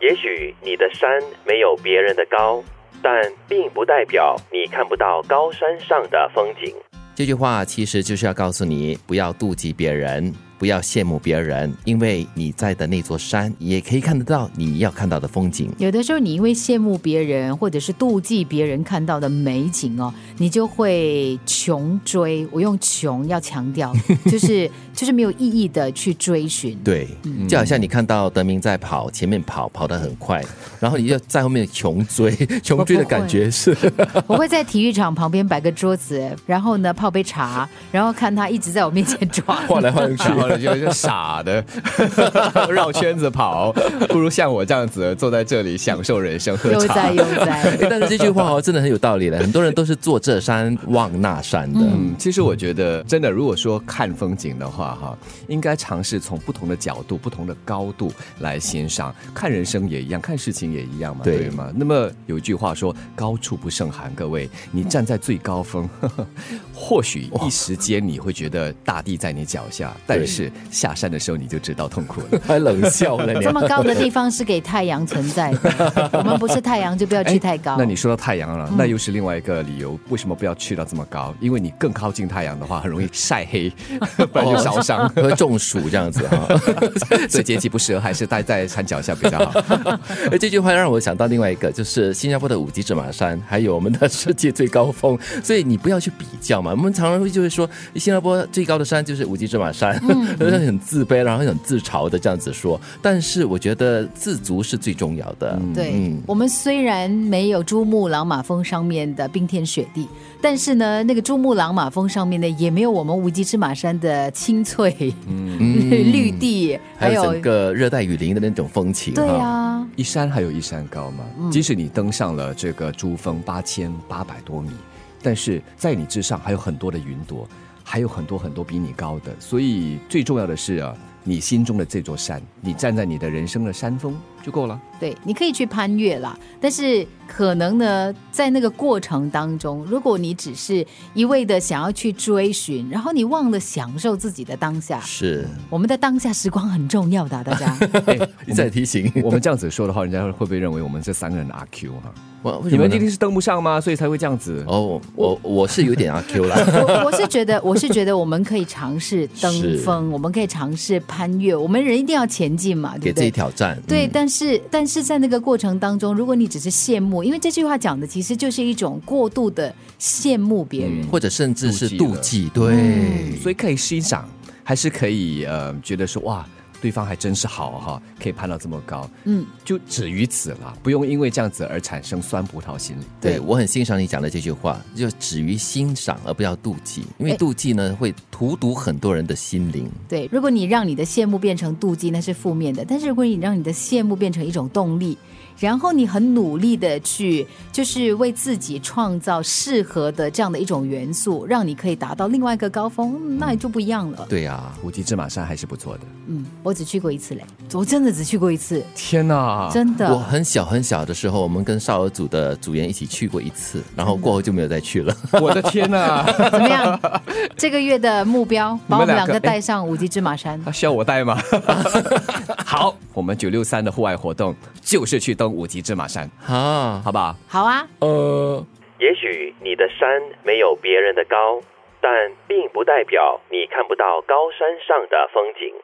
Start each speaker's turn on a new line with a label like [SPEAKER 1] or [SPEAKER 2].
[SPEAKER 1] 也许你的山没有别人的高，但并不代表你看不到高山上的风景。
[SPEAKER 2] 这句话其实就是要告诉你，不要妒忌别人，不要羡慕别人，因为你在的那座山也可以看得到你要看到的风景。
[SPEAKER 3] 有的时候，你因为羡慕别人或者是妒忌别人看到的美景哦，你就会穷追。我用“穷”要强 调，就是就是没有意义的去追寻。
[SPEAKER 2] 对，
[SPEAKER 3] 嗯
[SPEAKER 2] 就好像你看到德明在跑，前面跑跑得很快，然后你就在后面穷追， 穷追的感觉是
[SPEAKER 3] 我会在体育场旁边摆个桌子，然后呢泡杯茶，然后看他一直在我面前 抓。
[SPEAKER 2] 换来 换去。
[SPEAKER 4] 然后呢，就是傻的 绕圈子跑，不如像我这样子坐在这里享受人生，喝
[SPEAKER 3] 悠
[SPEAKER 4] 茶
[SPEAKER 3] 哉。悠 哉，
[SPEAKER 2] 诶但是这句话哦，真的很有道理了。很多人都是坐这山望那山的，
[SPEAKER 4] 嗯，其实我觉得，真的，如果说看风景的话，哈，应该尝试从不同的角度、不同的高度来欣赏。看人生也一样，看事情也一样嘛，
[SPEAKER 2] 对
[SPEAKER 4] 对吗？那么有一句话说“高处不胜寒”，各位，你站在最高峰， 呵呵或许一时间你会觉得大地在你脚下，但是下山的时候你就知道痛苦了。
[SPEAKER 2] 还冷笑了你
[SPEAKER 3] 这。么高的地方是给太阳存在的，我们不是太阳就不要去太高。
[SPEAKER 4] 哎那你说到太嗯阳了，那又是另外一个理由，为什么不要去到这么高？因为你更靠近太阳的话，很容易晒 黑，不然就烧 伤。
[SPEAKER 2] 和中暑这样子哈、
[SPEAKER 4] 所以哦节气不适合，还是待在山脚下比较 好。
[SPEAKER 2] 而这句话让我想到另外一个，就是新加坡的五级芝麻山，还有我们的世界最高峰，所以你不要去比较嘛。我们常常会就是说，新加坡最高的山就是五级芝麻山，
[SPEAKER 3] 嗯
[SPEAKER 2] 就是很自卑，然后很自嘲的这样子说。但是我觉得自足是最重要的。
[SPEAKER 3] 对、
[SPEAKER 2] 嗯
[SPEAKER 3] 我们虽然没有珠穆朗玛峰上面的冰天雪地，但是呢，那个珠穆朗玛峰上面呢，也没有我们无极芝麻山的清翠、 绿地，
[SPEAKER 2] 嗯还有整
[SPEAKER 3] 有
[SPEAKER 2] 个热带雨林的那种风情哈。
[SPEAKER 3] 对啊，
[SPEAKER 4] 一山还有一山高嘛，即使你登上了这个珠峰八千八百多米，但是在你之上还有很多的云朵，还有很多很多比你高的。所以最重要的是啊，你心中的这座山，你站在你的人生的山峰就够 了。
[SPEAKER 3] 对，你可以去攀越啦，但是可能呢，在那个过程当中，如果你只是一味的想要去追寻，然后你忘了享受自己的当下，
[SPEAKER 2] 是，
[SPEAKER 3] 我们的当下时光很重要的啊、大家
[SPEAKER 4] 哎，
[SPEAKER 2] 你在提醒
[SPEAKER 4] 我们这样子说的话，人家会不会认为我们这三个人阿 Q 哈、
[SPEAKER 2] 我，为
[SPEAKER 4] 你
[SPEAKER 2] 什么
[SPEAKER 4] 们
[SPEAKER 2] 呢
[SPEAKER 4] 一定是登不上吗？所以才会这样子。
[SPEAKER 2] 哦，我我是有点阿 Q 啦。
[SPEAKER 3] 我我是觉得，我是觉得我们可以尝试登
[SPEAKER 2] 是
[SPEAKER 3] 峰，我们可以尝试攀越，我们人一定要前进嘛，
[SPEAKER 2] 给
[SPEAKER 3] 对不
[SPEAKER 2] 自己
[SPEAKER 3] 对？
[SPEAKER 2] 挑战。
[SPEAKER 3] 对，
[SPEAKER 2] 嗯
[SPEAKER 3] 但是但是在那个过程当中，如果你只是羡慕，因为这句话讲的其实就是一种过度的羡慕别人，
[SPEAKER 2] 或者甚至是
[SPEAKER 4] 妒
[SPEAKER 2] 妒忌，对，
[SPEAKER 3] 嗯
[SPEAKER 4] 所以可以欣赏，还是可以呃觉得说哇，对方还真是好哈，可以攀到这么高，
[SPEAKER 3] 嗯，
[SPEAKER 4] 就止于此啦，不用因为这样子而产生酸葡萄心理。
[SPEAKER 2] 对我很欣赏你讲的这句话，就止于欣赏而不要妒忌，因为
[SPEAKER 3] 哎
[SPEAKER 2] 妒忌呢会荼毒很多人的心灵。
[SPEAKER 3] 对，如果你让你的羡慕变成妒忌，那是负面的；但是如果你让你的羡慕变成一种动力，然后你很努力的去，就是为自己创造适合的这样的一种元素，让你可以达到另外一个高峰，嗯那你就不一样了。
[SPEAKER 2] 对啊，
[SPEAKER 4] 五级芝麻山还是不错的。
[SPEAKER 3] 嗯，我只去过一次嘞，我真的只去过一次，
[SPEAKER 4] 天哪！
[SPEAKER 3] 真的。
[SPEAKER 2] 我很小很小的时候，我们跟少儿组的组员一起去过一次，然后过后就没有再去了。
[SPEAKER 4] 我的 天哪！
[SPEAKER 3] 怎么样？这个月的目 标，把我们两个哎带上五级芝麻山。
[SPEAKER 4] 需要我带 吗？好，我们九六三的户外活动就是去登五级芝麻山，
[SPEAKER 2] 啊，
[SPEAKER 4] 好不好？
[SPEAKER 3] 好啊，
[SPEAKER 2] 呃，
[SPEAKER 1] 也许你的山没有别人的高，但并不代表你看不到高山上的风景。